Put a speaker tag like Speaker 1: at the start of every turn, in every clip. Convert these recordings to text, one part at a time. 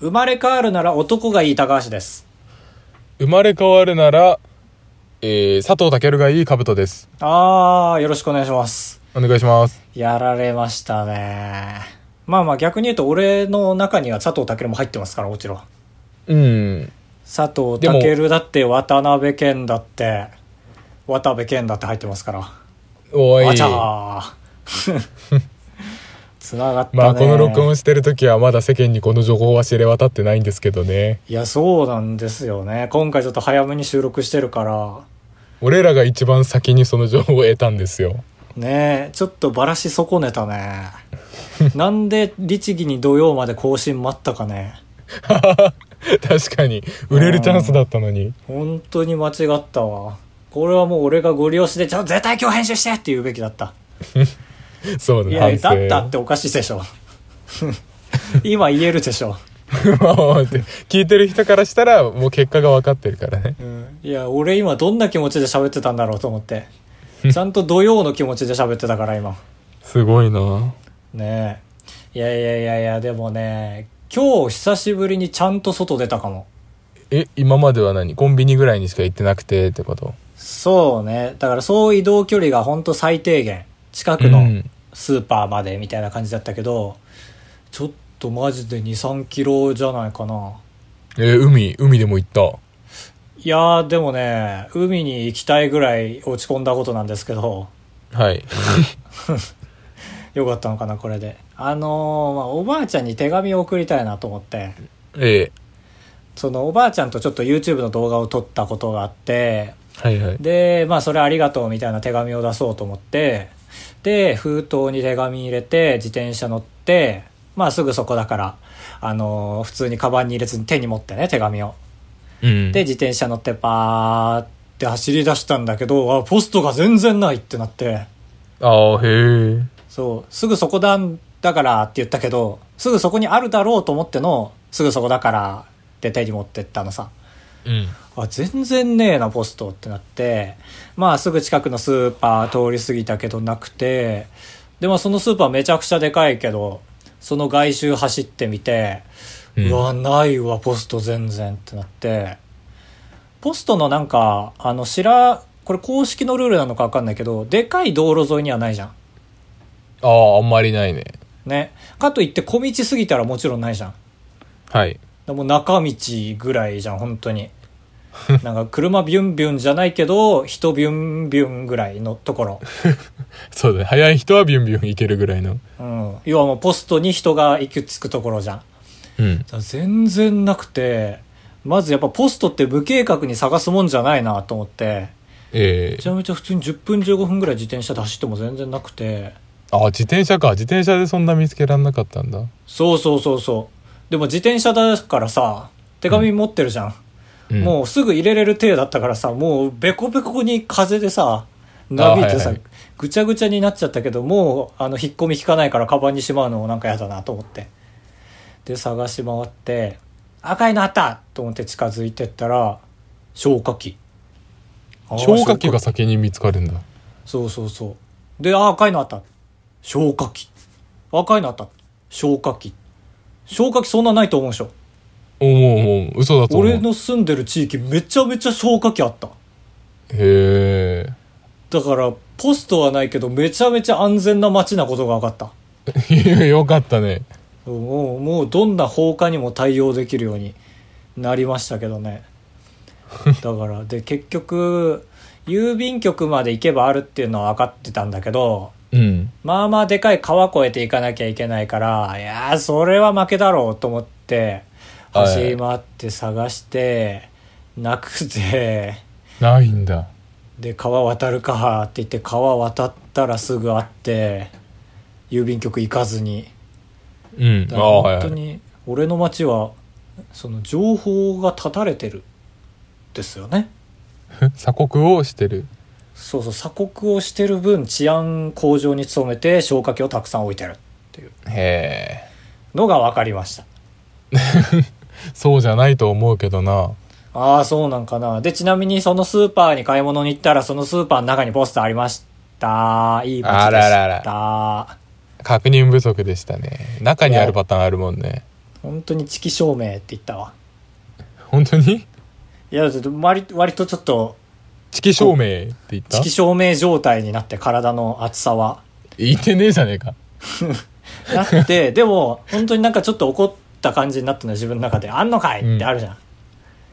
Speaker 1: 生まれ変わるなら男がいい高橋です。
Speaker 2: 生まれ変わるなら、えー、佐藤健がいい兜です。
Speaker 1: あー、よろしくお願いします。
Speaker 2: お願いします。
Speaker 1: やられましたね。まあまあ逆に言うと俺の中には佐藤健も入ってますから、もちろん。
Speaker 2: うん。
Speaker 1: 佐藤
Speaker 2: でも
Speaker 1: 健だって渡辺謙だって、渡辺謙だって入ってますから。
Speaker 2: お
Speaker 1: あ
Speaker 2: い
Speaker 1: ち。ゃー。 つながったね。
Speaker 2: まあ、この録音してる時はまだ世間にこの情報は知れ渡ってないんですけどね。
Speaker 1: いや、そうなんですよね。今回ちょっと早めに収録してるから、
Speaker 2: 俺らが一番先にその情報を得たんですよ。
Speaker 1: ねえ、ちょっとばらし損ねたね。なんで律儀に土曜まで更新待ったかね。
Speaker 2: 確かに、売れるチャンスだったのに。
Speaker 1: 本当に間違ったわ。これはもう俺がご利用しで、ちょ、絶対今日編集してって言うべきだった。
Speaker 2: そう
Speaker 1: い
Speaker 2: だ、
Speaker 1: や、
Speaker 2: 反省。
Speaker 1: だったっておかしいでしょ。今言えるでしょ。
Speaker 2: まあまあ聞いてる人からしたら、もう結果が分かってるからね。
Speaker 1: うん、いや、俺今どんな気持ちで喋ってたんだろうと思って。ちゃんと土曜の気持ちで喋ってたから今。
Speaker 2: すごいな
Speaker 1: ねえ。いやいやいやいや、でもね、今日久しぶりにちゃんと外出たかも。
Speaker 2: え、今までは何コンビニぐらいにしか行ってなくてってこと
Speaker 1: そうね。だからそう移動距離がほんと最低限。近く
Speaker 2: う
Speaker 1: の
Speaker 2: ん
Speaker 1: スーパーまでみたいな感じだったけど、ちょっとマジで2、3キロじゃないかな。
Speaker 2: えー海、海でも行った。
Speaker 1: いやーでもね、海に行きたいぐらい落ち込んだことなんですけど、
Speaker 2: はい。
Speaker 1: よかったのかな、これで。あのーまあ、おばあちゃんに手紙を送りたいなと思って、
Speaker 2: ええ
Speaker 1: そのおばあちゃんとちょっと YouTube の動画を撮ったことがあって、
Speaker 2: はいはい。
Speaker 1: で、まあ、それありがとうみたいな手紙を出そうと思って、で、封筒に手紙入れて、自転車乗って、まあ、すぐそこだから、あのー普通にカバンに入れずに手に持ってね、手紙を。
Speaker 2: うん
Speaker 1: で、自転車乗ってパーって走り出したんだけど、あ、ポストが全然ないってなって、
Speaker 2: ああ、へえ。
Speaker 1: そう、すぐそこだ、だからって言ったけど、すぐそこにあるだろうと思っての、すぐそこだからって手に持ってったのさ。
Speaker 2: うん。
Speaker 1: あ、全然ねえな、ポストってなって、まあ、すぐ近くのスーパー通り過ぎたけどなくて、でもそのスーパーめちゃくちゃでかいけど、その外周走ってみて、
Speaker 2: う
Speaker 1: うんわ、ないわ、ポスト全然ってなって、ポストのなんか、あの、白、これ公式のルールなのかわかんないけど、でかい道路沿いにはないじゃん。
Speaker 2: ああ、あんまりないね。
Speaker 1: ね。かといって小道過ぎたらもちろんないじゃん。
Speaker 2: はい。
Speaker 1: でも中道ぐらいじゃん、本当に。なんか車ビュンビュンじゃないけど、人ビュンビュンぐらいのところ。
Speaker 2: そうだね。早い人はビュンビュン行けるぐらいの。
Speaker 1: うん。要はもうポストに人が行き着くところじゃん。だか
Speaker 2: うん。
Speaker 1: ら全然なくて、まずやっぱポストって無計画に探すもんじゃないなと思って、
Speaker 2: ええ
Speaker 1: めちゃめちゃ普通に10分15分ぐらい自転車で走っても全然なくて、
Speaker 2: ああ、自転車か。自転車でそんな見つけられなかったんだ。
Speaker 1: そうそうそうそう。でも自転車だからさ、手紙持ってるじゃん
Speaker 2: うん
Speaker 1: もうすぐ入れれる手だったからさ、もうベコベコに風でさ、なびいて
Speaker 2: あ
Speaker 1: さ、
Speaker 2: はいはい
Speaker 1: ぐちゃぐちゃになっちゃったけど、もう、あの、引っ込み引かないから、カバンにしまうのもなんかやだなと思って。で、探し回って、赤いのあったと思って近づいてったら、消火器。あー
Speaker 2: 消火器が先に見つかるんだ。
Speaker 1: そうそうそう。で、あ、赤いのあった。消火器。赤いのあった。消火器。消火器そんなないと思うでしょ。
Speaker 2: おもうもう、嘘だと思う。
Speaker 1: 俺の住んでる地域めちゃめちゃ消火器あった。
Speaker 2: へえ。
Speaker 1: だからポストはないけどめちゃめちゃ安全な街なことが分かった
Speaker 2: いや よかったね。
Speaker 1: もうもうどんな放火にも対応できるようになりましたけど ねだからで結局郵便局まで行けばあるっていうのは分かってたんだけど
Speaker 2: うん。
Speaker 1: まあまあでかい川越えて行かなきゃいけないからいやーそれは負けだろうと思って
Speaker 2: はい
Speaker 1: 走り回って探してなくて
Speaker 2: ないんだ。
Speaker 1: で川渡るかって言って川渡ったらすぐ会って郵便局行かずに
Speaker 2: うん
Speaker 1: だ。か
Speaker 2: あ
Speaker 1: ら
Speaker 2: あ、はい
Speaker 1: 本当
Speaker 2: はい。
Speaker 1: に俺の町はその情報が断たれてるですよね
Speaker 2: 鎖国をしてる。
Speaker 1: そうそう鎖国をしてる分治安向上に努めて消火器をたくさん置いてるっていう
Speaker 2: へえ。
Speaker 1: のが分かりました
Speaker 2: そうじゃないと思うけどな。
Speaker 1: ああそうなんかなでちなみにそのスーパーに買い物に行ったらそのスーパーの中にポスターありましたいい街でした
Speaker 2: あららら確認不足でしたね中にあるパターンあるもんね
Speaker 1: 本当にチキ照明って言ったわ
Speaker 2: 本当に
Speaker 1: いやちょっと割割とちょっと
Speaker 2: チキ照明って言った
Speaker 1: チキ照明状態になって体の厚さ は
Speaker 2: 言ってねえじゃねえか。
Speaker 1: なってでも本当になんかちょっと怒った感じになったのよ自分の中で「あんのかい!」ってあるじゃん、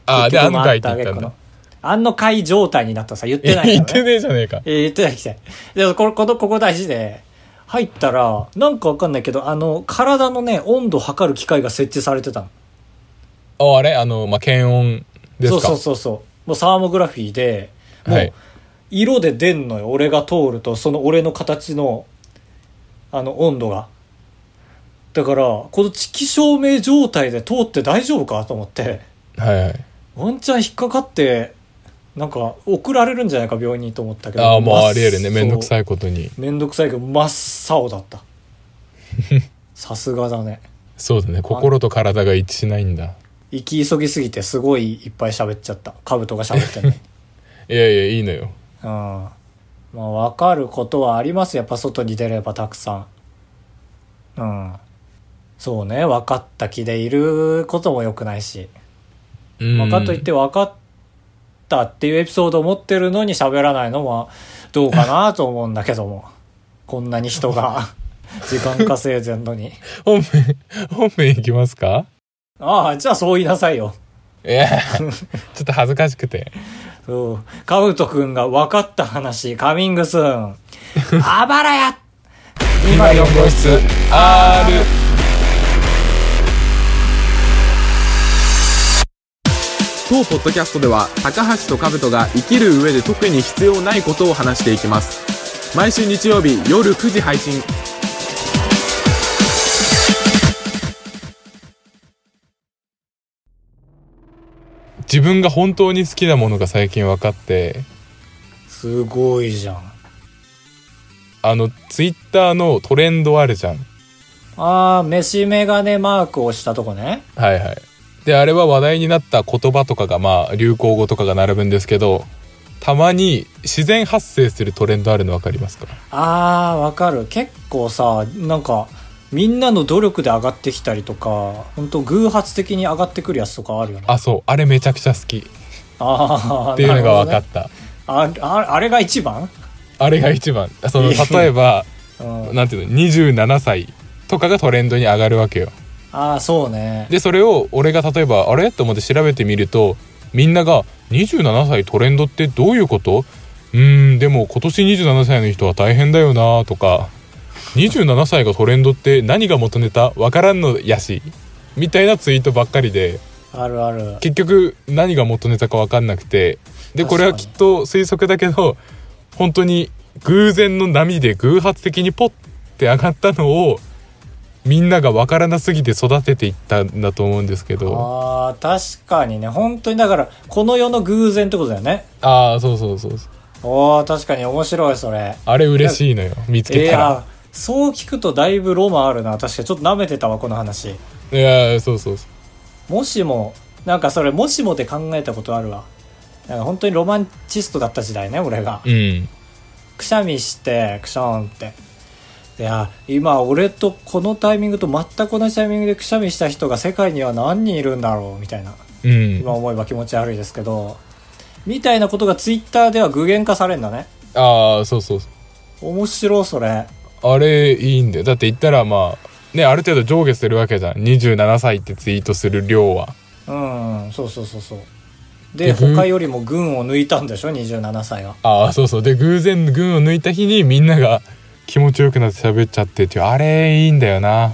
Speaker 2: ああ、で、
Speaker 1: 結
Speaker 2: あ
Speaker 1: 局
Speaker 2: んの
Speaker 1: 回
Speaker 2: 会って
Speaker 1: 挙
Speaker 2: 言った
Speaker 1: げ
Speaker 2: ん
Speaker 1: 句
Speaker 2: だ
Speaker 1: の。あんの会状態になったさ言って
Speaker 2: え
Speaker 1: ないから、ね、
Speaker 2: 言ってねえじゃねえか。
Speaker 1: えー言ってない来て。でもこれ、この、ここ大事で、入ったら、なんかわかんないけど、あの、体のね、温度測る機械が設置されてたの。
Speaker 2: ああれあの、まあ、検温です
Speaker 1: そう
Speaker 2: か。
Speaker 1: そうそうそう。もうサーモグラフィーで、も
Speaker 2: は
Speaker 1: う
Speaker 2: い、
Speaker 1: 色で出んのよ。俺が通ると、その俺の形の、あの、温度が。だから、この地気証明状態で通って大丈夫かと思って、
Speaker 2: はいはい。
Speaker 1: ワンチャン引っかかって、なんか、送られるんじゃないか、病院にと思ったけど。
Speaker 2: ああ、もうありえるね。
Speaker 1: 真っ
Speaker 2: めんどく
Speaker 1: 青
Speaker 2: さいことに。
Speaker 1: めんどくさいけど真っ青だったさすがだね
Speaker 2: そうだね。心と体が一致しないんだ。
Speaker 1: 行き急ぎすぎてすごいいっぱい喋っちゃったカブトが喋ってんのに
Speaker 2: いやいや、いいのよ。
Speaker 1: うんまあ分かることはありますやっぱ外に出ればたくさんうんそうね分かった気でいることも良くないし、
Speaker 2: うん。
Speaker 1: まあ、かといって分かったっていうエピソードを持ってるのに喋らないのはどうかなと思うんだけども こんなに人 が時間稼いでんのに
Speaker 2: 本編、本編いきますか
Speaker 1: ああ、じゃあそう言いなさいよ。
Speaker 2: いや、ちょっと恥ずかしくて。
Speaker 1: そう。カウト君が分かった話、カミングスー ン。あばらや今4号室。
Speaker 2: 室 R。
Speaker 3: 当ポッドキャストでは高橋と兜が生きる上で特に必要ないことを話していきます毎週日曜日夜9時配信
Speaker 2: 自分が本当に好きなものが最近分かって、
Speaker 1: すごいじゃん。
Speaker 2: あの、ツイッターのトレンドあるじゃん。
Speaker 1: ああ、飯メガネマークをしたとこね。
Speaker 2: はいはい。で、あれは話題になった言葉とかが、まあ、流行語とかが並ぶんですけど、たまに自然発生するトレンドあるの分かりますか
Speaker 1: ああ、わかる。結構さ、なんか、みんなの努力で上がってきたりとか、ほんと偶発的に上がってくるやつとかあるよね。
Speaker 2: あ、そう。あれめちゃくちゃ好き。っ
Speaker 1: ああ、
Speaker 2: ていうのが分
Speaker 1: な
Speaker 2: か
Speaker 1: る
Speaker 2: った。
Speaker 1: ほどねあああれが一番
Speaker 2: あれが一番。その、
Speaker 1: いや
Speaker 2: 例えば、
Speaker 1: うん。
Speaker 2: なんていうの、27歳とかがトレンドに上がるわけよ。
Speaker 1: ああ、そうね。
Speaker 2: でそれを俺が例えばあれと思って調べてみるとみんなが「27歳トレンドってどういうこと?」うーんでも今年27歳の人は大変だよなとか「27歳がトレンドって何が元ネタわからんのやし」みたいなツイートばっかりで
Speaker 1: あるある。
Speaker 2: 結局何が元ネタかわかんなくてでこれはきっと推測だけど本当に偶然の波で偶発的にポッて上がったのをみんながわからなすぎて育てていったんだと思うんですけど
Speaker 1: ああ確かにね本当にだからこの世の偶然ってことだよね
Speaker 2: ああそうそうそうそう
Speaker 1: おー確かに面白いそれ
Speaker 2: あれ嬉しいのよ見つ
Speaker 1: い
Speaker 2: けたら
Speaker 1: やそう聞くとだいぶロマンあるな確かにちょっと舐めてたわこの話
Speaker 2: いやーそうそうそ
Speaker 1: もしもなんかそれもしもで考えたことあるわなんか本当にロマンチストだった時代ね俺が
Speaker 2: ううん
Speaker 1: くしゃみしてくしゃーんっていや今俺とこのタイミングと全く同じタイミングでくしゃみした人が世界には何人いるんだろうみたいな
Speaker 2: うん
Speaker 1: 今思えば気持ち悪いですけどみたいなことがツイッターでは具現化されるんだね
Speaker 2: ああそうそうそう
Speaker 1: 面白いそれ
Speaker 2: あれいいんだよだって言ったらまあねある程度上下するわけじゃん27歳ってツイートする量は
Speaker 1: うんそうそうそうそうで
Speaker 2: えふん
Speaker 1: 他よりも群を抜いたんでしょ27歳は
Speaker 2: ああそうそうで偶然群を抜いた日にみんなが気持ちよくなって喋っちゃってっていうあれいいんだよな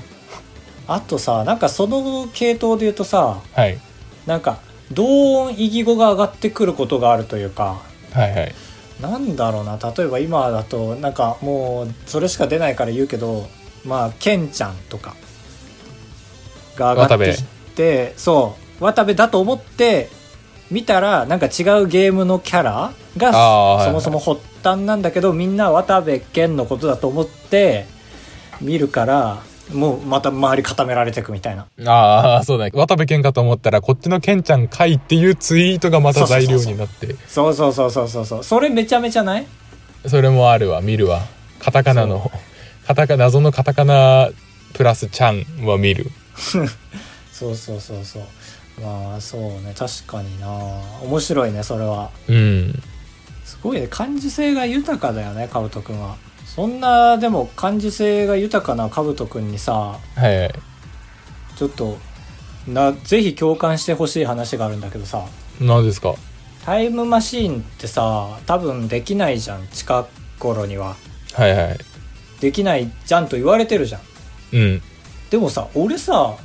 Speaker 1: あとさなんかその系統で言うとさ
Speaker 2: はい
Speaker 1: なんか同音異義語が上がってくることがあるというか
Speaker 2: はいはい
Speaker 1: なんだろうな例えば今だとなんかもうそれしか出ないから言うけどまあケンちゃんとかが上がってきてそう渡部だと思って見たらなんか違うゲームのキャラ
Speaker 2: あ
Speaker 1: が
Speaker 2: ー
Speaker 1: そもそも発端なんだけどみんな渡部健のことだと思って見るからもうまた周り固められてくみたいな
Speaker 2: ああそうだね渡部健かと思ったらこっちの健ちゃんかいっていうツイートがまた材料になって
Speaker 1: そうそうそうそうそうそうそれめちゃめちゃない
Speaker 2: それもあるわ見るわカタカナのカタカ謎のカタカナプラスちゃんは見る
Speaker 1: そうそうそうそうまあそうね確かにな面白いねそれは
Speaker 2: うん
Speaker 1: すごいね感受性が豊かだよねカブトくんはそんなでも感受性が豊かなカブトくんにさ
Speaker 2: はいはい
Speaker 1: ちょっとなぜひ共感してほしい話があるんだけどさ
Speaker 2: 何ですか
Speaker 1: タイムマシーンってさ多分できないじゃん近頃には
Speaker 2: はいはい
Speaker 1: できないじゃんと言われてるじゃん
Speaker 2: うん
Speaker 1: でもさ俺さ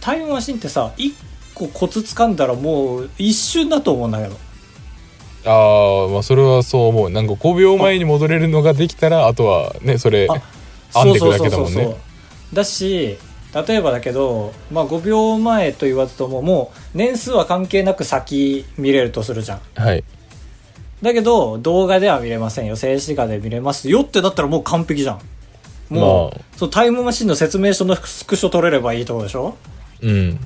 Speaker 1: タイムマシーンってさ1個コツ掴んだらもう一瞬だと思うんだけど
Speaker 2: ああまあそれはそう思うなんか5秒前に戻れるのができたらあとはねそれ
Speaker 1: あ
Speaker 2: 編んでくだけだもんね
Speaker 1: だし例えばだけど、まあ、5秒前と言わずとももう年数は関係なく先見れるとするじゃん
Speaker 2: はい
Speaker 1: だけど動画では見れませんよ静止画で見れますよってだったらもう完璧じゃんもう、
Speaker 2: ま
Speaker 1: そうタイムマシンの説明書のスクショ取れればいいとこでしょ
Speaker 2: うん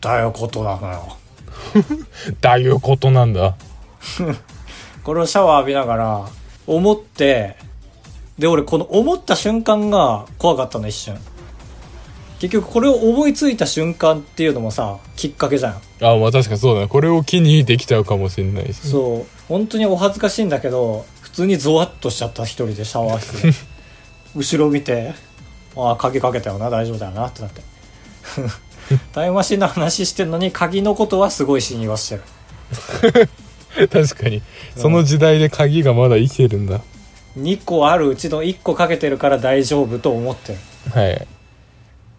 Speaker 1: だよことなのよ
Speaker 2: だいうことなんだ
Speaker 1: これをシャワー浴びながら思ってで俺この思った瞬間が怖かったの一瞬結局これを思いついた瞬間っていうのもさきっかけじゃん
Speaker 2: あーまあ確かにそうだねこれを機にできちゃうかもしれないし
Speaker 1: そう本当にお恥ずかしいんだけど普通にゾワッとしちゃった一人でシャワー室で後ろ見てああ鍵かけたよな大丈夫だよなってなってタイムマシンの話してんのに鍵のことはすごい信用してる
Speaker 2: 確かにその時代で鍵がまだ生きてるんだ
Speaker 1: 2個あるうちの1個かけてるから大丈夫と思ってる
Speaker 2: はい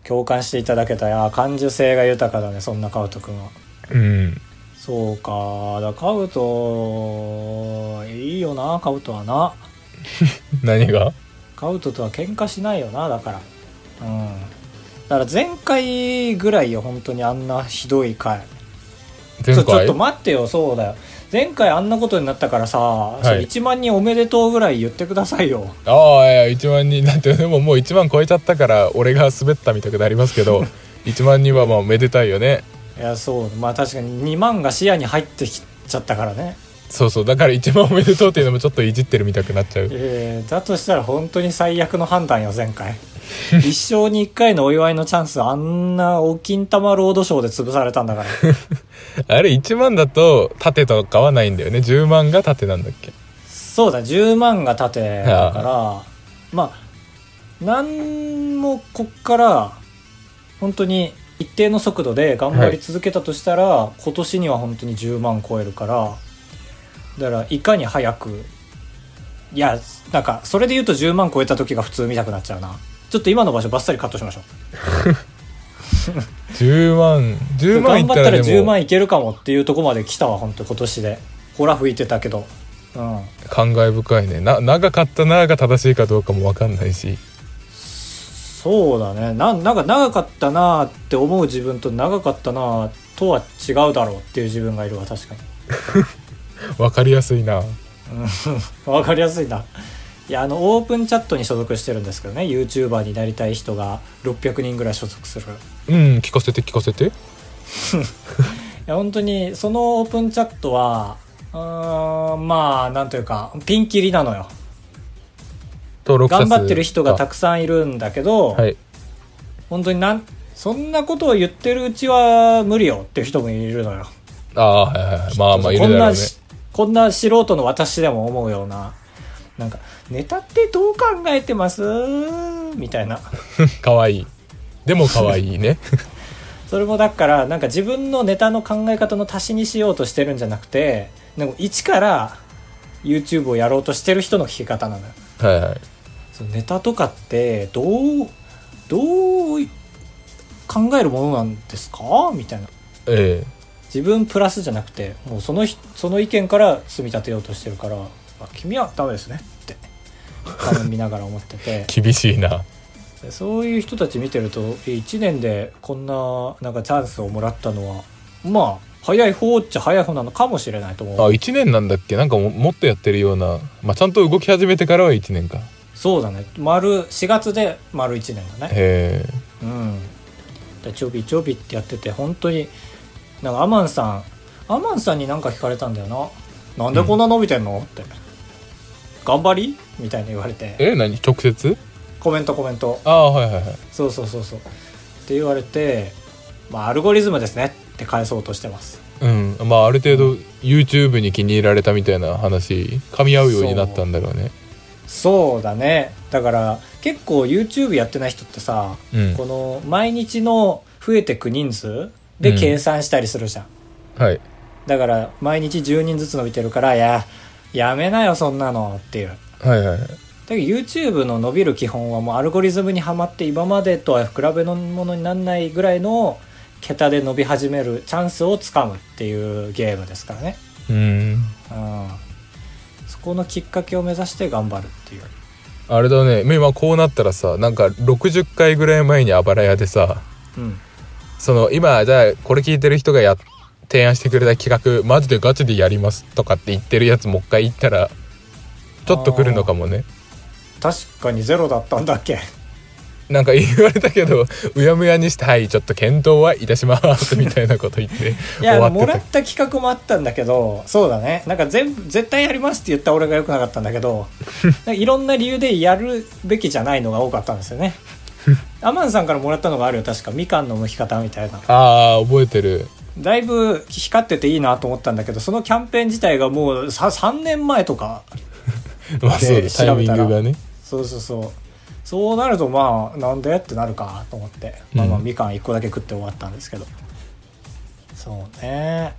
Speaker 1: 共感していただけたや感受性が豊かだねそんなカウト君は
Speaker 2: うん
Speaker 1: そうかだカウトいいよなカウトはな
Speaker 2: 何が
Speaker 1: カウトとは喧嘩しないよなだからうんだから前回ぐらいよ本当にあんなひどい回
Speaker 2: 前
Speaker 1: ちょちょっ
Speaker 2: 回
Speaker 1: と待ってよそうだよ前回あんなことになったからさ、
Speaker 2: い
Speaker 1: それ1万人おめでとうぐらい言ってくださいよ
Speaker 2: ああいや1万人だってでももう1万超えちゃったから俺が滑ったみたくなりますけ ど1万人はまあめでたいよね
Speaker 1: いやそうまあ確かに2万が視野に入ってきちゃったからね
Speaker 2: そうそうだから1万おめでとうっていうのもちょっといじってるみたくなっ ちゃう
Speaker 1: えーだとしたら本当に最悪の判断よ前回 一生に一回のお祝いのチャンスあんなお金玉ロードショーで潰されたんだから
Speaker 2: あれ1万だと縦とかはないんだよね10万が縦なんだっけ
Speaker 1: そうだ10万が盾だからまあなんもこっから本当に一定の速度で頑張り続けたとしたら、今年には本当に10万超えるからだからいかに早くいやなんかそれで言うと10万超えた時が普通見たくなっちゃうなちょっと今の場所バッサリカットしましょう
Speaker 2: 10万10万
Speaker 1: 頑張
Speaker 2: いっ
Speaker 1: ったた
Speaker 2: ら
Speaker 1: ら
Speaker 2: で
Speaker 1: 10
Speaker 2: も
Speaker 1: 万いけるかもっていうとこまで来たわ本当今年でほら吹いてたけどうん
Speaker 2: 感慨深いねな長かったなが正しいかどうかも分かんないし
Speaker 1: そうだねななんか長かったなーって思う自分と長かったなーとは違うだろうっていう自分がいるわ確かに
Speaker 2: 分かりやすいな
Speaker 1: うんわかりやすいないやあのオープンチャットに所属してるんですけどね YouTuber になりたい人が600人ぐらい所属する
Speaker 2: うん聞かせて聞かせて
Speaker 1: いや本当にそのオープンチャットはうーんまあなんというかピンキリなのよ
Speaker 2: 登録者
Speaker 1: 頑
Speaker 2: 数
Speaker 1: 張ってる人がたくさんいるんだけど、
Speaker 2: はい
Speaker 1: 本当になんそんなことを言ってるうちは無理よっていう人もいるのよ
Speaker 2: ああはいはいはいまあまあい
Speaker 1: こ
Speaker 2: る
Speaker 1: ん
Speaker 2: だろう
Speaker 1: な
Speaker 2: ね
Speaker 1: しこんな素人の私でも思うようななんかネタってどう考えてますみたいな
Speaker 2: 可愛いでも可愛いね
Speaker 1: それもだからなんか自分のネタの考え方の足しにしようとしてるんじゃなくてなんか一から YouTube をやろうとしてる人の聞き方なのよ
Speaker 2: はいはい
Speaker 1: そのネタとかってどうどう考えるものなんですかみたいな
Speaker 2: え
Speaker 1: 自分プラスじゃなくてもうその人その意見から積み立てようとしてるからあ君はダメですねって多分見ながら思ってて
Speaker 2: え厳しいな
Speaker 1: でそういう人たち見てると1年でこんななんかチャンスをもらったのはまあ早い方っちゃ早い方なのかもしれないと
Speaker 2: あ
Speaker 1: 思う
Speaker 2: 1年なんだっけなんかももっとやってるような、まあ、ちゃんと動き始めてからは1年か
Speaker 1: そうだね丸4月で丸1年だね
Speaker 2: へえ
Speaker 1: うんでちょびちょびってやってて本当になんかアマンさんアマンさんに何か聞かれたんだよななんでこんな伸びてんの、って頑張りみたいに言われて
Speaker 2: え何直接
Speaker 1: コメントコメント
Speaker 2: ああはいはいはい
Speaker 1: そうそうそうそうって言われてまあ、アルゴリズムですねって返そうとしてます
Speaker 2: うんまあある程度 YouTube に気に入られたみたいな話噛み合うようになったんだろうね
Speaker 1: そうだねだから結構 YouTube やってない人ってさ、
Speaker 2: うん
Speaker 1: この毎日の増えてく人数で
Speaker 2: うん
Speaker 1: 計算したりするじゃん、
Speaker 2: はい
Speaker 1: だから毎日10人ずつ伸びてるからいややめなよそんなのっていう
Speaker 2: はいはい
Speaker 1: だけど YouTube の伸びる基本はもうアルゴリズムにはまって今までとは比べのものにならないぐらいの桁で伸び始めるチャンスをつかむっていうゲームですからね、
Speaker 2: うん
Speaker 1: うん、そこのきっかけを目指して頑張るっていう
Speaker 2: あれだね今こうなったらさなんか60回ぐらい前にあばら屋でさ
Speaker 1: うん
Speaker 2: その今じゃあこれ聞いてる人がや提案してくれた企画マジでガチでやりますとかって言ってるやつもう一回言ったらちょっと来るのかもね
Speaker 1: 確かにゼロだったんだっけ
Speaker 2: なんか言われたけどうやむやにして「はいちょっと検討はいたします」みたいなこと言って
Speaker 1: い
Speaker 2: 終わ
Speaker 1: や
Speaker 2: って
Speaker 1: もら
Speaker 2: た
Speaker 1: った企画もあったんだけどそうだねなんか全部絶対やりますって言った俺が良くなかったんだけ どなんかいろんな理由でやるべきじゃないのが多かったんですよ ねアマンさんからもらったのがあるよ確かみかんの剥き方みたいな
Speaker 2: ああ覚えてる
Speaker 1: だいぶ光ってていいなと思ったんだけどそのキャンペーン自体がもうさ3年前とか
Speaker 2: まあそうだ
Speaker 1: で
Speaker 2: タイミ
Speaker 1: 調べ
Speaker 2: ング
Speaker 1: た
Speaker 2: が
Speaker 1: ら
Speaker 2: ね
Speaker 1: そうそうそうそうなるとまあなんでってなるかと思って、まあまあ
Speaker 2: うん
Speaker 1: みかん1個だけ食って終わったんですけどそうね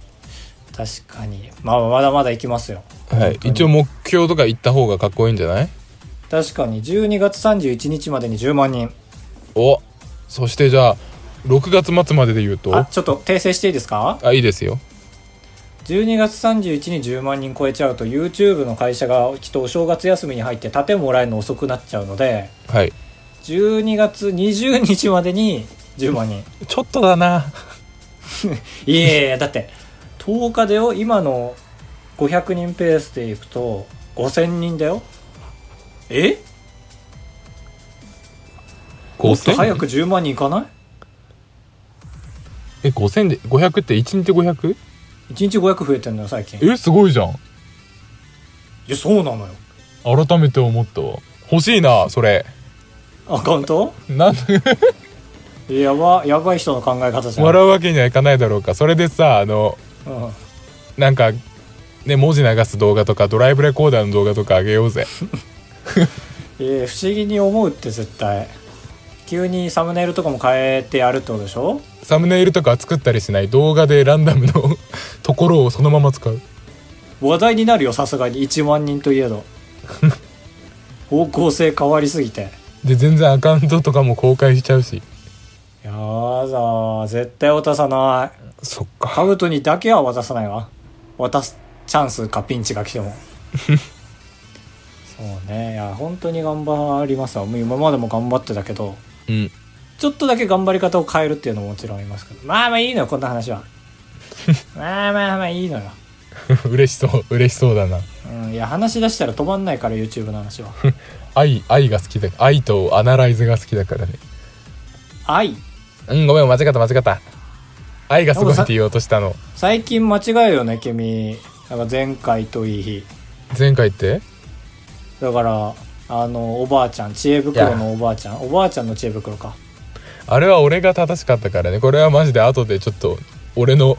Speaker 1: 確かにまあまだまだいきますよ
Speaker 2: はい
Speaker 1: 本当に
Speaker 2: 一応目標とか言った方がかっこいいんじゃない
Speaker 1: 確かに12月31日までに10万人
Speaker 2: おそしてじゃあ6月末までで言うと
Speaker 1: あちょっと訂正していいですか
Speaker 2: あいいですよ
Speaker 1: 12月31に10万人超えちゃうと YouTube の会社がきっとお正月休みに入って盾もらえるの遅くなっちゃうので
Speaker 2: はい
Speaker 1: 12月20日までに10万人
Speaker 2: ちょっとだない
Speaker 1: やいやいやだって10日でよ今の500人ペースでいくと5000人だよえもっと早く10万人いかない
Speaker 2: え5000で500って1日 500?
Speaker 1: 1日500増えてんのよ最近い
Speaker 2: えすごいじゃん
Speaker 1: やそうなのよ
Speaker 2: 改めて思ったわ欲しいなそれ
Speaker 1: アカウント
Speaker 2: なん
Speaker 1: やばやばい人の考え方じゃん
Speaker 2: 笑うわけにはいかないだろうかそれでさあの
Speaker 1: うん
Speaker 2: なんかね文字流す動画とかドライブレコーダーの動画とかあげようぜ
Speaker 1: えー不思議に思うって絶対急にサムネイルとかも変えてやるってことでしょ
Speaker 2: サムネイルとかは作ったりしない動画でランダムの ところをそのまま使う
Speaker 1: 話題になるよさすがに1万人といえど方向性変わりすぎて
Speaker 2: で全然アカウントとかも公開しちゃうし
Speaker 1: やだー絶対渡さない
Speaker 2: そっか
Speaker 1: カブトにだけは渡さないわ渡すチャンスかピンチが来てもそうねいや本当に頑張りますわもう今までも頑張ってたけど
Speaker 2: うん
Speaker 1: ちょっとだけ頑張り方を変えるっていうのももちろんありますけどまあまあいいのよこんな話はまあまあまあいいのよ
Speaker 2: 嬉しそう嬉しそうだな
Speaker 1: うん、いや話し出したら止まんないから YouTube の話は
Speaker 2: 愛愛が好きだ愛とアナライズが好きだからね
Speaker 1: 愛
Speaker 2: うんごめん間違った間違った愛がすごいって言おうとしたの
Speaker 1: 最近間違えよね君なんか前回といい日
Speaker 2: 前回って
Speaker 1: だからあのおばあちゃん知恵袋のおばあちゃんおばあちゃんの知恵袋か
Speaker 2: あれは俺が正しかったからねこれはマジで後でちょっと俺の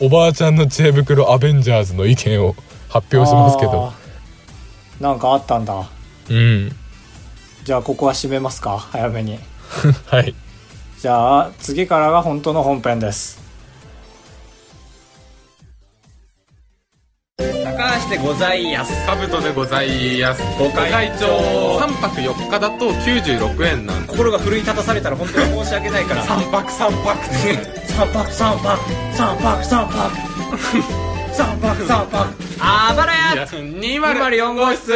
Speaker 2: おばあちゃんの知恵袋アベンジャーズの意見を発表しますけど
Speaker 1: あーなんかあったんだ
Speaker 2: うん
Speaker 1: じゃあここは締めますか早めに
Speaker 2: はい
Speaker 1: じゃあ次からが本当の本編です高橋でございやす
Speaker 3: カブトでございますご会長3泊4日だと96円なんです
Speaker 1: 心が奮い立たされたら本当に申し訳ないから
Speaker 3: 3泊3泊って
Speaker 1: 三泊三泊三泊三 泊三泊三泊あばらや
Speaker 3: 204号室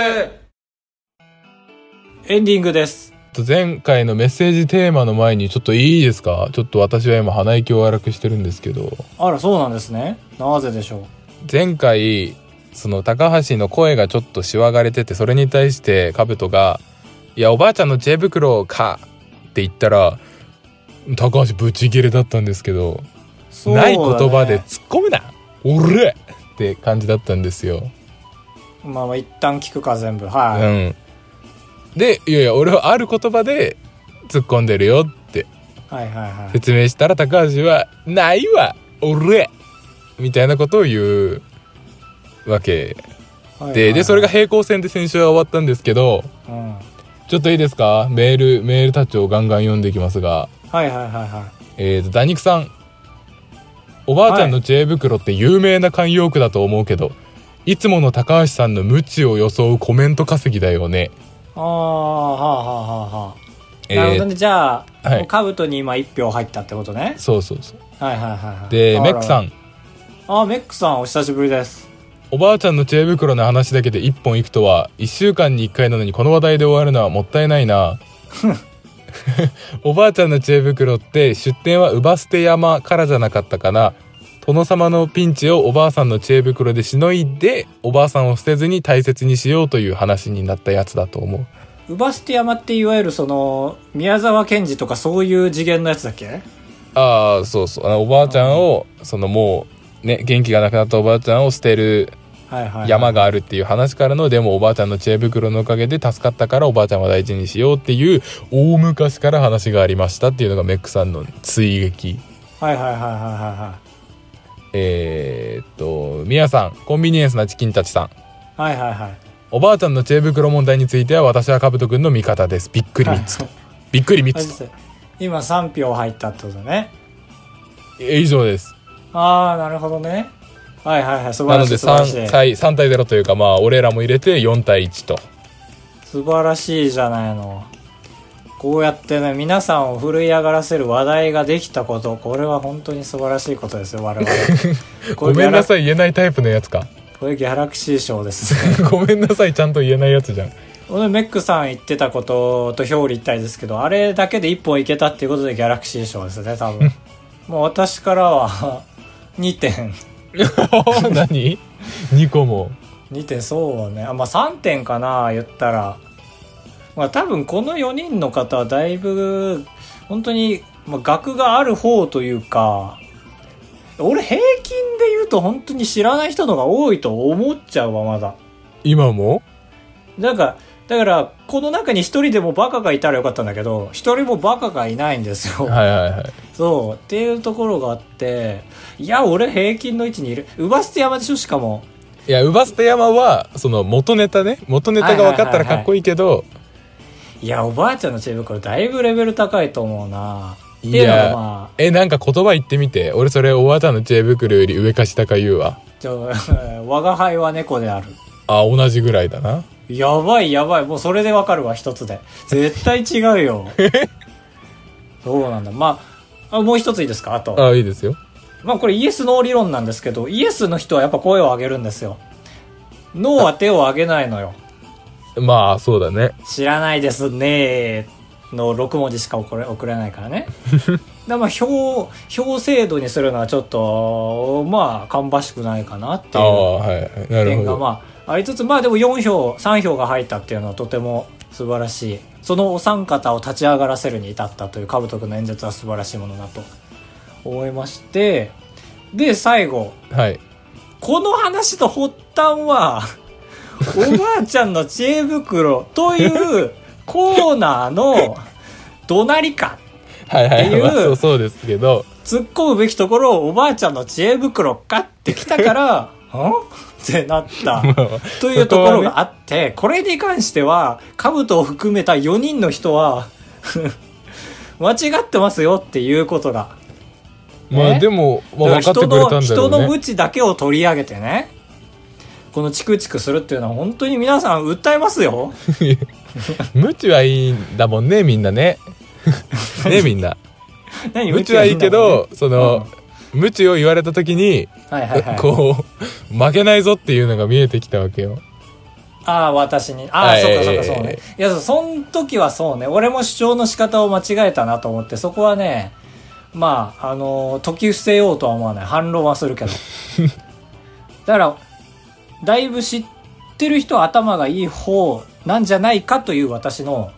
Speaker 1: エンディングです
Speaker 2: ちょっと前回のメッセージテーマの前にちょっといいですかちょっと私は今鼻息を荒くしてるんですけど
Speaker 1: あらそうなんですねなぜでしょ
Speaker 2: 前回その高橋の声がちょっとしわがれててそれに対して兜が「いやおばあちゃんの知恵袋か」って言ったら高橋ブチギレだったんですけど、
Speaker 1: うそうだ
Speaker 2: な
Speaker 1: ね
Speaker 2: い言葉で突っ込むな俺って感じだったんですよ。
Speaker 1: まあまあ一旦聞くか全部はい、
Speaker 2: うん、でいやいや俺はある言葉で突っ込んでるよって
Speaker 1: はいはいはい
Speaker 2: 説明したら高橋は「ないわ俺!」みたいなことを言うわけ
Speaker 1: はいはいは
Speaker 2: で
Speaker 1: い
Speaker 2: でそれが平行線で先週は終わったんですけど
Speaker 1: うんはい
Speaker 2: ちょっといいですかメールメールたちをガンガン読んでいきますが
Speaker 1: はいはいは
Speaker 2: えーとダニクさんおばあちゃんの知恵袋って有名な慣用句だと思うけど、い、つもの高橋さんの無知を装うコメント稼ぎだよね
Speaker 1: いああはあはあはあはあなるほど
Speaker 2: えー
Speaker 1: ねじゃあ、
Speaker 2: はい
Speaker 1: もうカブトに今一票入ったってことね
Speaker 2: そうそうそう
Speaker 1: はいはいはいはい
Speaker 2: で
Speaker 1: あら
Speaker 2: メックさん
Speaker 1: あメックさんお久しぶりです
Speaker 2: おばあちゃんの知恵袋の話だけで1本いくとは1週間に1回なのにこの話題で終わるのはもったいないな おばあちゃんの知恵袋って出店は姥捨て山からじゃなかったかな殿様のピンチをおばあさんの知恵袋でしのいでおばあさんを捨てずに大切にしようという話になったやつだと思う
Speaker 1: ウバステ山っていわゆるその宮沢賢治とかそういう次元のやつだっけ
Speaker 2: ああそうそうあのおばあちゃんをそのもうね元気がなくなったおばあちゃんを捨てる
Speaker 1: はいはい
Speaker 2: 山があるっていう話からのでもおばあちゃんの知恵袋のおかげで助かったからおばあちゃんは大事にしようっていう大昔から話がありましたっていうのがメックさんの追撃
Speaker 1: はいはいはいはいは
Speaker 2: えー、っとみやさんコンビニエンスなチキンたちさん
Speaker 1: いはいはいはいはい
Speaker 2: おばあちゃんの知恵袋問題については私はかぶとくんの味方ですびっくり3つとびっくり3
Speaker 1: あ
Speaker 2: つと
Speaker 1: 実際今3票入ったってことね
Speaker 2: え以上です
Speaker 1: ああなるほどねはいはいはい素
Speaker 2: な
Speaker 1: 晴
Speaker 2: の
Speaker 1: らし
Speaker 2: で
Speaker 1: い素晴らしい
Speaker 2: 3対3対0というかまあ俺らも入れて4対1と
Speaker 1: 素晴らしいじゃないのこうやってね皆さんを奮い上がらせる話題ができたことこれは本当に素晴らしいことですよ我 々こ
Speaker 2: ご
Speaker 1: れギ
Speaker 2: め
Speaker 1: ャ
Speaker 2: んな
Speaker 1: ラ
Speaker 2: さい言えないタイプのやつか
Speaker 1: これギャラクシー賞ですね
Speaker 2: ごめんなさいちゃんと言えないやつじゃん
Speaker 1: 俺メックさん言ってたことと表裏一体ですけどあれだけで一本いけたっていうことでギャラクシー賞ですね多分もう私からは 2点
Speaker 2: 何 ?2 個も。
Speaker 1: 2点そうねあまあ3点かな言ったらまあ多分この4人の方はだいぶ本当にまあ額がある方というか俺平均で言うと本当に知らない人の方が多いと思っちゃうわまだ
Speaker 2: 今も
Speaker 1: なんかだからこの中に1人でもバカがいたらよかったんだけど1人もバカがいないんですよ、
Speaker 2: はいはいはい。
Speaker 1: そうっていうところがあっていや俺平均の位置にいるウバステ山でしょしかも
Speaker 2: いや、ウバスタ山は、その元ネタね。元ネタが分かったらかっこいいけど、
Speaker 1: いや、おばあちゃんの知恵袋だいぶレベル高いと思うな。って
Speaker 2: い
Speaker 1: いうのが
Speaker 2: や、
Speaker 1: ま
Speaker 2: え、なんか言葉言ってみて。俺それ、おばあちゃんの知恵袋より上か下か言う
Speaker 1: あ。、
Speaker 2: わ
Speaker 1: ちょ 我が輩は猫である。
Speaker 2: あ、同じぐらいだな。
Speaker 1: やばいやばい、もうそれでわかるわ、一つで。絶対違うよ。 そうなんだ。まあ、あもう一ついいですかあと。
Speaker 2: あ、いいですよ。
Speaker 1: まあこれイエスノー理論なんですけど、イエスの人はやっぱ声を上げるんですよ。ノーは手を上げないのよ。
Speaker 2: まあ、そうだね。
Speaker 1: 知らないですねーの6文字しか送れ送れないから ねだからまあ表表制度にするのはちょっとまあ芳しくないかなって
Speaker 2: あ
Speaker 1: いう
Speaker 2: あ、はいはい。なるほ
Speaker 1: 点が
Speaker 2: ど。
Speaker 1: まあありつつまあでも4票3票が入ったっていうのはとても素晴らしいそのお三方を立ち上がらせるに至ったという兜君の演説は素晴らしいものだと思いましてで最後
Speaker 2: はい。
Speaker 1: この話の発端は、おばあちゃんの知恵袋というコーナーの怒鳴りか、
Speaker 2: はいは
Speaker 1: ってい
Speaker 2: い。
Speaker 1: う
Speaker 2: まあ、そうそうですけど、
Speaker 1: 突っ込むべきところをおばあちゃんの知恵袋かってきたから、んってなった。 というところがあって、これに関しては、カブトを含めた4人の人は、 間違ってますよっていうことが。
Speaker 2: まあ
Speaker 1: ね
Speaker 2: でも、まあ、
Speaker 1: だ
Speaker 2: 分か
Speaker 1: か
Speaker 2: って
Speaker 1: ら
Speaker 2: くれたんだろ
Speaker 1: 人の人の
Speaker 2: うね
Speaker 1: 無。知だけを取り上げてねこのチクチクするっていうのは本当に皆さん訴えます よ
Speaker 2: 無知はいいんだもんね、みん なね。ね、みんな。
Speaker 1: 何
Speaker 2: 無知はいいけど、その、無知を言われた時に、
Speaker 1: はいはいはい
Speaker 2: こう負けないぞっていうのが見えてきたわけよ
Speaker 1: ああ私にああ、
Speaker 2: はい
Speaker 1: そっかそっかそうねいやそうそん時はそうね俺も主張の仕方を間違えたなと思ってそこはねまああの解き伏せようとは思わない反論はする けどだからだいぶ知ってる人は頭がいい方なんじゃないかという私の、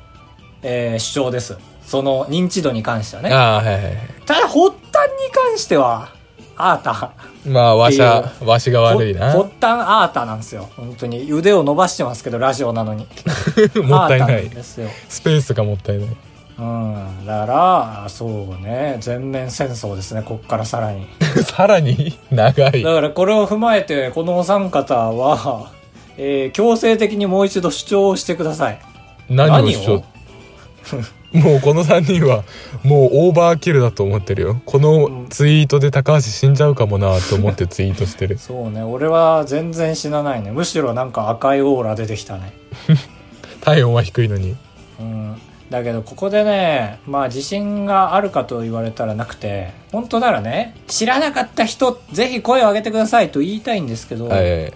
Speaker 1: えー主張ですその認知度に関してはね
Speaker 2: ああはいはいはい
Speaker 1: ただ発端に関してはアータ
Speaker 2: まあわしゃわしが
Speaker 1: ほ
Speaker 2: 悪い
Speaker 1: 発
Speaker 2: な
Speaker 1: 端
Speaker 2: も
Speaker 1: アータなんですよ本当に腕を伸ばしてますけどラジオなのに
Speaker 2: ったいな
Speaker 1: アータ
Speaker 2: い
Speaker 1: んですよ
Speaker 2: スペースがもったいない
Speaker 1: うんだからそうね全面戦争ですねこっからさらに
Speaker 2: さらに長い
Speaker 1: だからこれを踏まえてこのお三方は、 えー強制的にもう一度主張をしてください
Speaker 2: 何をしよう もうこの3人はもうオーバーキルだと思ってるよこのツイートで高橋死んじゃうかもなと思ってツイートしてる
Speaker 1: そうね俺は全然死なないねむしろなんか赤いオーラ出てきたね
Speaker 2: 体温は低いのに
Speaker 1: うんだけどここでねまあ自信があるかと言われたらなくて本当ならね知らなかった人ぜひ声を上げてくださいと言いたいんですけど、
Speaker 2: はい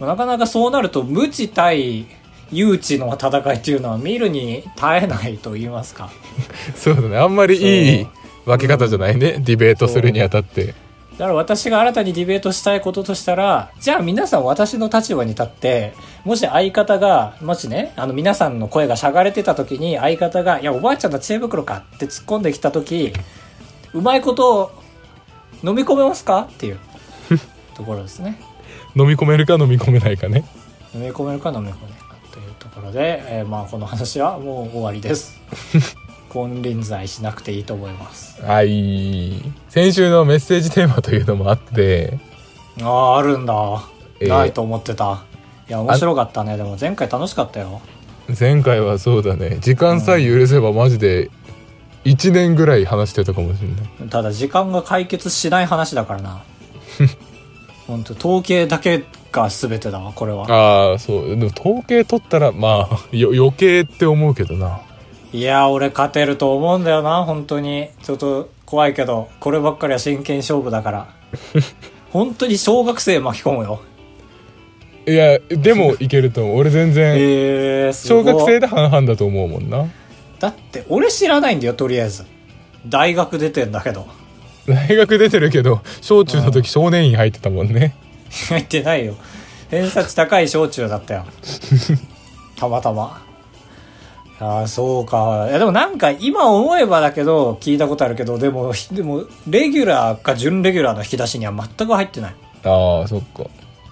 Speaker 1: なかなかそうなると無知対誘致の戦いっていうのは見るに耐えないと言いますか
Speaker 2: そうだねあんまりいい
Speaker 1: そう
Speaker 2: 分け方じゃないね、ディベートするにあたって
Speaker 1: だから私が新たにディベートしたいこととしたら、じゃあ皆さん私の立場に立って、もし相方が、もしね、あの皆さんの声がしゃがれてた時に相方が、いやおばあちゃんの知恵袋かって突っ込んできた時、うまいことを飲み込めますかっていうところですね。
Speaker 2: 飲み込めるか飲み込めないかね
Speaker 1: 飲み込めるか飲み込めないかというところで、えーまあこの話はもう終わり です。金輪際しなくていいと思います。
Speaker 2: はい先週のメッセージテーマというのもあって
Speaker 1: ああ、あるんだ。
Speaker 2: えー
Speaker 1: ないと思ってた。いや、面白かったね。でも前回楽しかったよ。
Speaker 2: 前回はそうだね時間さえ許せばマジで1年ぐらい話してたかもしれない
Speaker 1: ただ時間が解決しない話だから な。ほんと、統計だけが全てだわ、これは。
Speaker 2: ああそうでも統計取ったらまあよ余計って思うけどない
Speaker 1: や、俺勝てると思うんだよな、本当に。ちょっと怖いけど、こればっかりは真剣勝負だ から。本当に小学生巻き込むよ。
Speaker 2: いやでもいけると思う俺全然
Speaker 1: えー、すご
Speaker 2: 小
Speaker 1: い
Speaker 2: 学生で半々だと思うもんな
Speaker 1: だって、俺知らないんだよ、とりあえず。大学出てんだけど。
Speaker 2: 大学出てるけど小中の時少年院入ってたもんね
Speaker 1: 入ってないよ偏差値高い小中だったよ たまたまああそうかいやでもなんか今思えばだけど聞いたことあるけどでもひでもレギュラーか準レギュラーの引き出しには全く入ってない
Speaker 2: ああそっか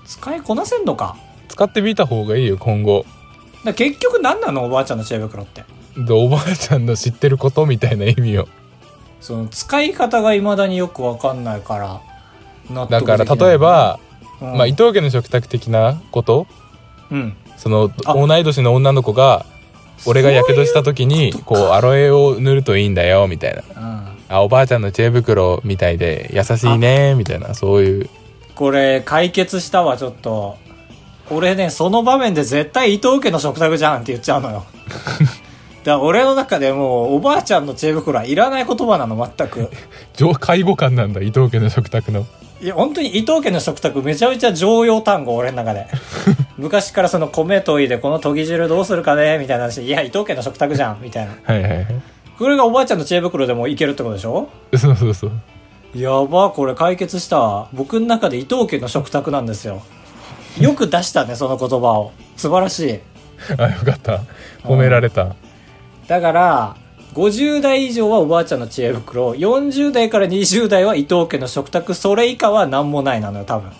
Speaker 1: 使いこなせんのか
Speaker 2: 使ってみた方がいいよ今後
Speaker 1: だ結局何なのおばあちゃんの知恵袋って
Speaker 2: でおばあちゃんの知ってることみたいな意 味を
Speaker 1: その使い方がいまだによくわかんないから納
Speaker 2: だ
Speaker 1: 得
Speaker 2: から
Speaker 1: できない
Speaker 2: 例え、ば、
Speaker 1: うん、
Speaker 2: まあ、伊藤家の食卓的なこと
Speaker 1: うん
Speaker 2: その
Speaker 1: あ
Speaker 2: 同い年の女の子が俺がやけどした時にこうアロエを塗るといいんだよみたいな
Speaker 1: うん
Speaker 2: あおばあちゃんの知恵袋みたいで優しいねみたいなそういう
Speaker 1: これ解決したわちょっと俺ねその場面で絶対伊藤家の食卓じゃんって言っちゃうのよだから俺の中でもうおばあちゃんの知恵袋はいらない言葉なの全く
Speaker 2: 上介護官なんだ伊藤家の食卓の
Speaker 1: いや本当に伊藤家の食卓めちゃめちゃ常用単語俺の中で昔からその米研いでこの研ぎ汁どうするかねみたいな話いや伊藤家の食卓じゃんみたいな
Speaker 2: はいはいはい
Speaker 1: これがおばあちゃんの知恵袋でもいけるってことでしょ
Speaker 2: そうそうそう
Speaker 1: やば、これ解決したわ。僕の中で伊藤家の食卓なんですよ。よく出したね、その言葉を。素晴らしい。
Speaker 2: あよかった褒められた
Speaker 1: だから、50代以上はおばあちゃんの知恵袋、40代から20代は伊藤家の食卓、それ以下は何もないなのよ、多分。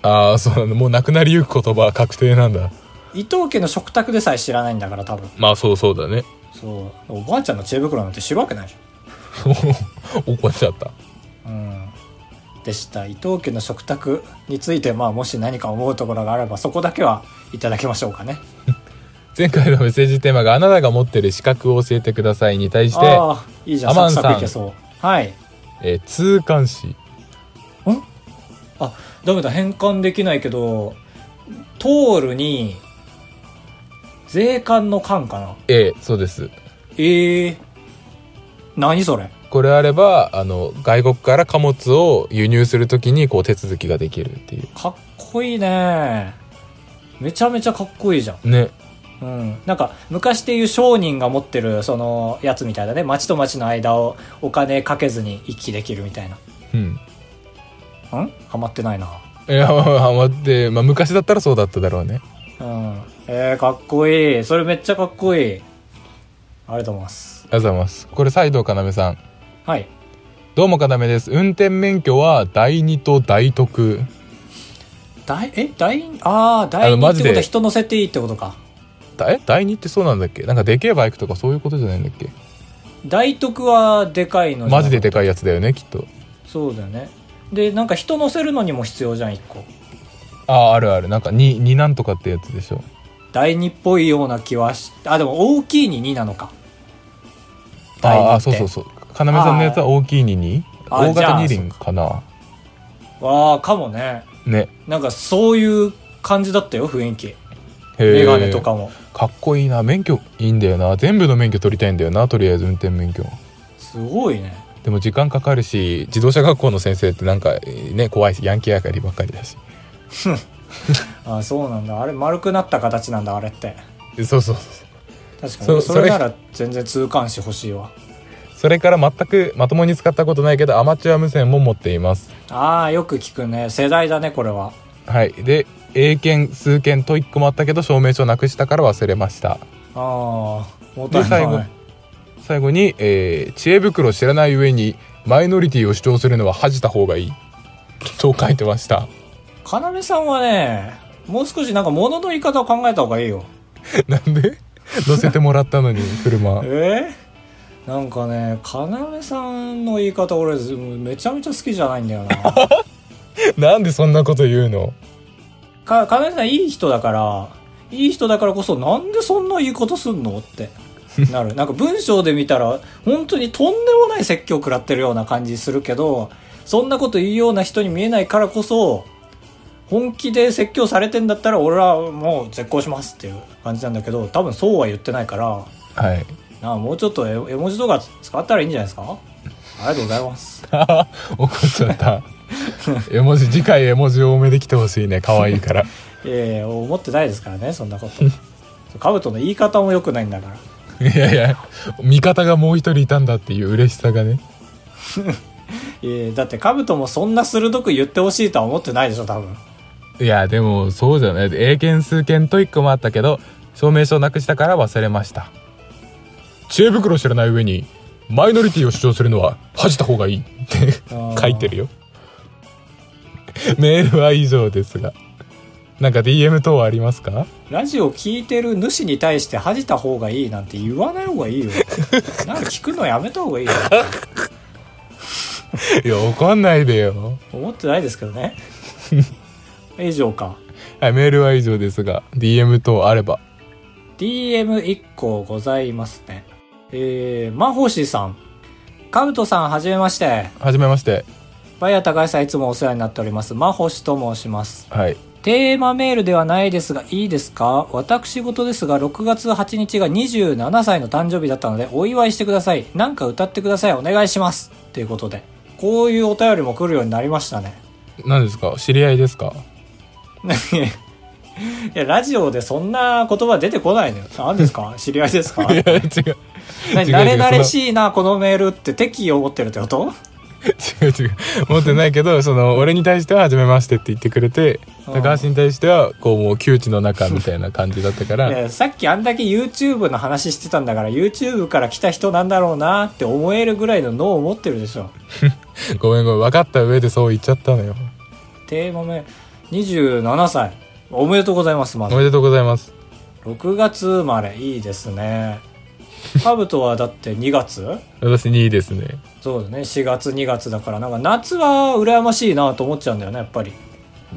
Speaker 2: ああそうなのもうなくなりゆく言葉は確定なんだ
Speaker 1: 伊藤家の食卓でさえ知らないんだから、多分。
Speaker 2: まあそうそうだね
Speaker 1: そう。おばあちゃんの知恵袋なんて知るわけないじ
Speaker 2: 怒っちゃった
Speaker 1: ゃん。うん。でした。伊藤家の食卓について、まあ、もし何か思うところがあれば、そこだけはいただきましょうかね。
Speaker 2: 前回のメッセージテーマがあなたが持ってる資格を教えてくださいに対して、
Speaker 1: ああ、いいじゃん、
Speaker 2: ア
Speaker 1: サ
Speaker 2: マ
Speaker 1: ク
Speaker 2: ンさ
Speaker 1: サ
Speaker 2: ん
Speaker 1: クいけそう。はい。
Speaker 2: えー通関士
Speaker 1: あ、ダメだ、変換できないけど、通るに、税関の関かな
Speaker 2: ええそうです
Speaker 1: ええ何それ
Speaker 2: これあればあの外国から貨物を輸入するときにこう手続きができるってい
Speaker 1: かっこいいねめちゃめちゃかっこいいじゃん。
Speaker 2: うね
Speaker 1: うん。なんか、昔でいう商人が持ってる、その、やつみたいだね。町と町の間をお金かけずに行き来できるみたいな。
Speaker 2: うん
Speaker 1: んハマってないな。
Speaker 2: いやまあまあ待って、まあ、昔だったらそうだっただろうね
Speaker 1: うん。えー、かっこいい。それめっちゃかっこいい。ありがとうございます。
Speaker 2: ありがとうございますこれ西藤要さん
Speaker 1: はい。
Speaker 2: どうも要です運転免許は第二と第得
Speaker 1: 大え大ああ
Speaker 2: あ
Speaker 1: 大
Speaker 2: の
Speaker 1: 人
Speaker 2: マ
Speaker 1: っ
Speaker 2: ジ
Speaker 1: てこ
Speaker 2: で
Speaker 1: とは人乗せていいってことか
Speaker 2: だえ第二ってそうなんだっけなんかでけえバイクとかそういうことじゃないんだっけ
Speaker 1: 大徳はでかいのじゃん
Speaker 2: マジででかいやつだよねきっと
Speaker 1: そうだよねでなんか人乗せるのにも必要じゃん1個
Speaker 2: あああるあるなんか2二なんとかってやつでしょ
Speaker 1: 第2っぽいような気はしあでも大きいに2なのか
Speaker 2: あ
Speaker 1: 第二
Speaker 2: ー
Speaker 1: って
Speaker 2: あそうそうそう要さんのやつは大きいにに
Speaker 1: あー
Speaker 2: 大型二輪かな
Speaker 1: わあかもね
Speaker 2: ね
Speaker 1: なんかそういう感じだったよ雰囲気
Speaker 2: へー
Speaker 1: メガネとかも
Speaker 2: かっこいいな免許いいんだよな全部の免許取りたいんだよなとりあえず運転免許
Speaker 1: すごいね
Speaker 2: でも時間かかるし自動車学校の先生ってなんかね怖いしヤンキーやかりばっかりだし
Speaker 1: あそうなんだあれ丸くなった形なんだあれって
Speaker 2: そうそうそう
Speaker 1: 確か
Speaker 2: そ
Speaker 1: に
Speaker 2: う
Speaker 1: それ
Speaker 2: そ
Speaker 1: な
Speaker 2: れ
Speaker 1: ら全然痛感し欲しいわ
Speaker 2: それから全くまともに使ったことないけどアマチュア無線も持っています
Speaker 1: ああよく聞くね世代だねこれは
Speaker 2: はいで英検数検トイックもあったけど証明書なくしたから忘れました
Speaker 1: ああもったいな
Speaker 2: で最後
Speaker 1: い
Speaker 2: 最後に、えー知恵袋を知らない上にマイノリティを主張するのは恥じた方がいいと書いてました
Speaker 1: 要さんはねもう少しなんか物の言い方を考えた方がいいよ
Speaker 2: なんで乗せてもらったのに 車
Speaker 1: えー、なんかね要さんの言い方俺めちゃめちゃ好きじゃないんだよな
Speaker 2: なんでそんなこと言うの
Speaker 1: か要さんいい人だからいい人だからこそなんでそんな言い方すんのってなるなんか文章で見たら本当にとんでもない説教食らってるような感じするけどそんなこと言うような人に見えないからこそ本気で説教されてんだったら俺はもう絶交しますっていう感じなんだけど多分そうは言ってないから
Speaker 2: はい
Speaker 1: なあもうちょっと絵絵文字とか使ったらいいんじゃないですかありがとうございます
Speaker 2: 怒っちゃった絵文字次回絵文字多めで来てほしいね可愛いから
Speaker 1: いやいや思ってないですからねそんなことカブトの言い方も良くないんだから
Speaker 2: いやいや味方がもう一人いたんだっていう嬉しさがね
Speaker 1: いやだってカブトもそんな鋭く言ってほしいとは思ってないでしょ多分
Speaker 2: いやでもそうじゃない英検数検トイックもあったけど証明書をなくしたから忘れました知恵袋を知らない上にマイノリティを主張するのは恥じた方がいいって
Speaker 1: あー
Speaker 2: 書いてるよメールは以上ですがなんか DM 等はありますか
Speaker 1: ラジオ聞いてる主に対して恥じた方がいいなんて言わない方がいい よなんか聞くのやめた方がいいよ
Speaker 2: いや怒んないでよ
Speaker 1: 思ってないですけど ね以上か
Speaker 2: はい、メールは以上ですが、DM 等あれば。
Speaker 1: DM1 個ございますねえー、まほしさんカブトさんはじめまして
Speaker 2: はじめまして。
Speaker 1: バイヤー高橋さんいつもお世話になっております。まほしと申します。
Speaker 2: はい。
Speaker 1: テーマメールではないですが、いいですか私事ですが、6月8日が27歳の誕生日だったので、お祝いしてください。なんか歌ってください。お願いします。ということで。こういうお便りも来るようになりましたね。
Speaker 2: 何ですか知り合いですか
Speaker 1: いや、ラジオでそんな言葉出てこないのよ。何です か知り合いですか
Speaker 2: いや、違う。
Speaker 1: 何
Speaker 2: 違う
Speaker 1: 慣れ慣れしいな、このメールって敵意を持ってるってこと
Speaker 2: 違う違う。持ってないけど、その、俺に対しては、はじめましてって言ってくれて、
Speaker 1: うん
Speaker 2: 高橋に対しては、こう、もう、窮地の中みたいな感じだった か
Speaker 1: い
Speaker 2: ら、
Speaker 1: やさっきあんだけ YouTube の話してたんだから YouTube から来た人なんだろうなって思えるぐらいの脳を持ってるでしょ
Speaker 2: ごめんごめん、分かった上でそう言っちゃったのよ。
Speaker 1: テーマ名27歳おめでとうございますま
Speaker 2: お
Speaker 1: ず
Speaker 2: めでとうございます。
Speaker 1: 6月生まれいいですねカブトはだって2月
Speaker 2: 私2位ですね。
Speaker 1: そうだね4月2月だからなんか夏は羨ましいなと思っちゃうんだよねやっぱり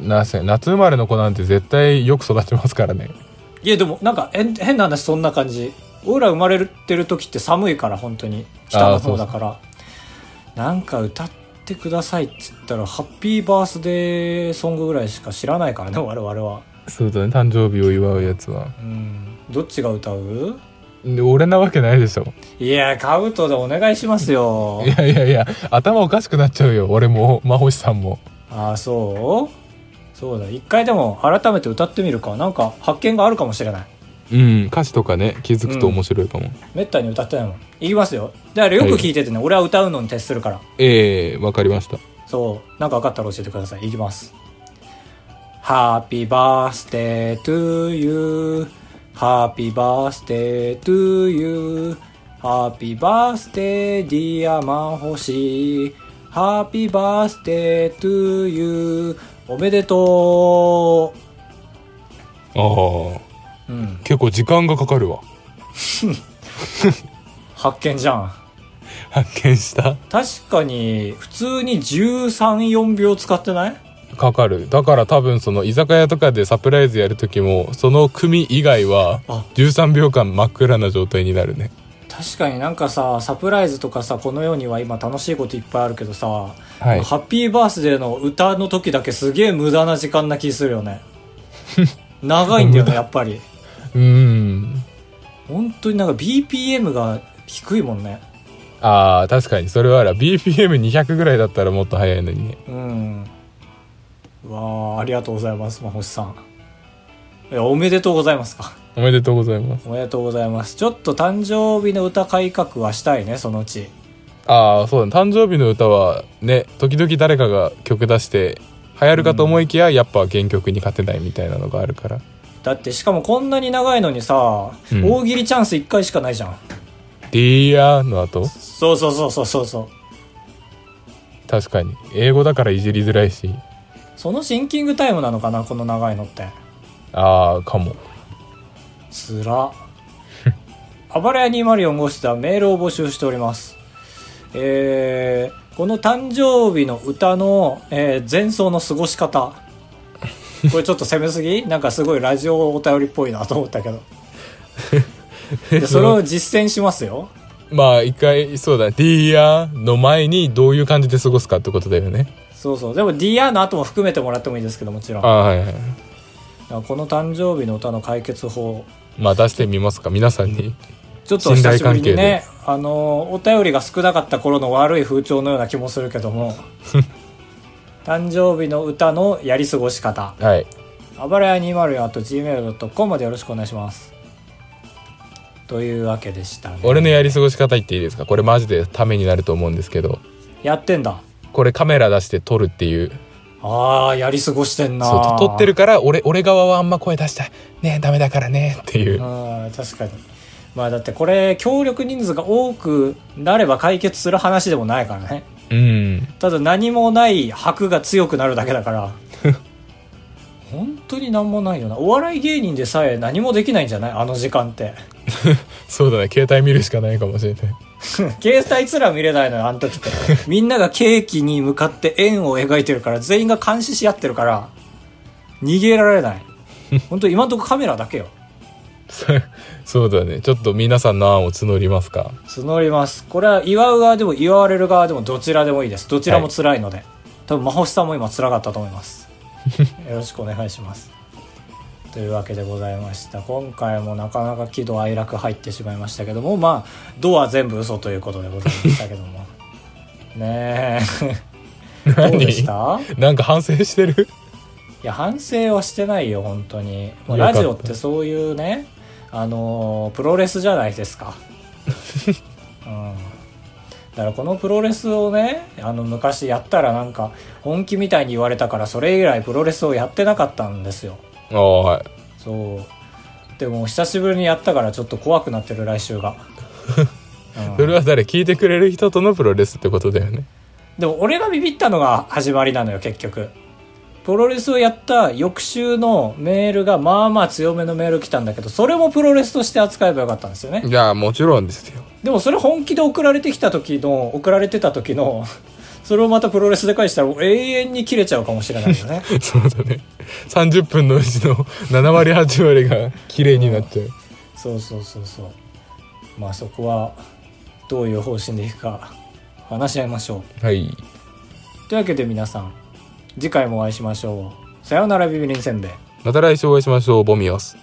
Speaker 2: なせ、夏生まれの子なんて絶対よく育ちますからね。
Speaker 1: いやでもなんかえん変な話そんな感じ俺ら生まれてる時って寒いから本当に北の方だからなんか歌ってくださいっつったらハッピーバースデーソングぐらいしか知らないからね我々は
Speaker 2: そうだね、誕生日を祝うやつは。
Speaker 1: うんどっちが歌う
Speaker 2: で俺なわけないでしょ。
Speaker 1: いやカウトでお願いしますよ
Speaker 2: いやいやいや頭おかしくなっちゃうよ俺も真星さんも
Speaker 1: ああそうそうだ一回でも改めて歌ってみるかなんか発見があるかもしれない
Speaker 2: うん歌詞とかね気づくと面白いかも、
Speaker 1: めったに歌ってないもんいきますよだからよく聞いててね、俺は歌うのに徹するから
Speaker 2: ええわかりました
Speaker 1: そう。なんか分かったら教えてください。いきます。Happy birthday to you.Happy birthday to you.Happy birthday dear マンホシ Happy birthday to you. おめでと
Speaker 2: ああ
Speaker 1: う。うん。
Speaker 2: 結構時間がかかるわ
Speaker 1: 発見じゃん。
Speaker 2: 発見した
Speaker 1: 確かに普通に134秒使ってない
Speaker 2: かかるだから多分その居酒屋とかでサプライズやる時もその組以外は
Speaker 1: あ
Speaker 2: 13秒間真っ暗な状態になるね
Speaker 1: 確かになんかさサプライズとかさこの世には今楽しいこといっぱいあるけどさ、
Speaker 2: はい
Speaker 1: ハッピーバースデーの歌の時だけすげえ無駄な時間な気するよ ね長いんだよねやっぱり
Speaker 2: うん
Speaker 1: 本当になんか BPM が低いもんね
Speaker 2: あー確かにそれはあら BPM200 ぐらいだったらもっと早いのにね
Speaker 1: うんうわあありがとうございますまほしさんいやおめでとうございますか
Speaker 2: おめでとうございます
Speaker 1: おめでとうございますちょっと誕生日の歌改革はしたいねそのうち
Speaker 2: ああそうだ誕生日の歌はね時々誰かが曲出して流行るかと思いきや、やっぱ原曲に勝てないみたいなのがあるから
Speaker 1: だってしかもこんなに長いのにさ、
Speaker 2: うん
Speaker 1: 大喜利チャンス1回しかないじゃん
Speaker 2: 「Dear」の後
Speaker 1: そうそうそうそうそうそう
Speaker 2: 確かに英語だからいじりづらいし
Speaker 1: そのシンキングタイムなのかなこの長いのって
Speaker 2: ああかも
Speaker 1: つら暴れ屋204号室ではメールを募集しておりますえー、この誕生日の歌の、えー前奏の過ごし方これちょっと攻めすぎなんかすごいラジオお便りっぽいなと思ったけどでそれを実践しますよ
Speaker 2: まあ一回そうだ「Dear」の前にどういう感じで過ごすかってことだよね
Speaker 1: そうそうでも DR の後も含めてもらってもいいですけどもちろん
Speaker 2: ああはいはい
Speaker 1: この誕生日の歌の解決法
Speaker 2: まあ出してみますか皆さんに
Speaker 1: ちょっと久しぶり
Speaker 2: 信頼関係
Speaker 1: に
Speaker 2: で
Speaker 1: ねあのお便りが少なかった頃の悪い風潮のような気もするけど も誕生日の歌のやり過ごし方
Speaker 2: はい
Speaker 1: あばらや 204.gmail.com までよろしくお願いしますというわけでしたね
Speaker 2: 俺のやり過ごし方言っていいですかこれマジでためになると思うんですけど
Speaker 1: やってんだ
Speaker 2: これカメラ出して撮るっていう
Speaker 1: あーやり過ごしてんな
Speaker 2: そう撮ってるから俺俺側はあんま声出したいねえダメだからねっていううん
Speaker 1: 確かにまあだってこれ協力人数が多くなれば解決する話でもないからね
Speaker 2: うん
Speaker 1: ただ何もない箔が強くなるだけだから本当に何もないよなお笑い芸人でさえ何もできないんじゃないあの時間って
Speaker 2: そうだね携帯見るしかないかもしれない
Speaker 1: 携帯すら見れないのよあの時ってみんながケーキに向かって円を描いてるから全員が監視し合ってるから逃げられない本当今んとこカメラだけよ
Speaker 2: そうそうだねちょっと皆さんの案を募りますか
Speaker 1: 募りますこれは祝う側でも祝われる側でもどちらでもいいですどちらも辛いので、多分真星さんも今辛かったと思いますよろしくお願いしますというわけでございました今回もなかなか喜怒哀楽入ってしまいましたけどもまあ「ド」は全部嘘ということでございましたけどもねえどうでした
Speaker 2: なんか反省してる
Speaker 1: いや反省はしてないよ本当にもう
Speaker 2: よか
Speaker 1: ラ
Speaker 2: った
Speaker 1: ジオってそういうねあのープロレスじゃないです かうんだからこのプロレスをねあの昔やったらなんか本気みたいに言われたからそれ以来プロレスをやってなかったんですよ
Speaker 2: ああはい
Speaker 1: そうでも久しぶりにやったからちょっと怖くなってる来週 が、うん
Speaker 2: それは誰聞いてくれる人とのプロレスってことだよね
Speaker 1: でも俺がビビったのが始まりなのよ結局プロレスをやった翌週のメールがまあまあ強めのメール来たんだけどそれもプロレスとして扱えばよかったんですよね
Speaker 2: いやもちろんですよ
Speaker 1: でもそれ本気で送られてきた時の送られてた時の それをまたプロレスで返したら永遠に切れちゃうかもしれないよね
Speaker 2: そうだね30分のうちの7割8割が綺麗になっちゃう
Speaker 1: そうそうそうそうまあそこはどういう方針でいくか話し合いましょう
Speaker 2: はい
Speaker 1: というわけで皆さん次回もお会いしましょうさようならビビリンせんべい
Speaker 2: また来週お会いしましょうボミオス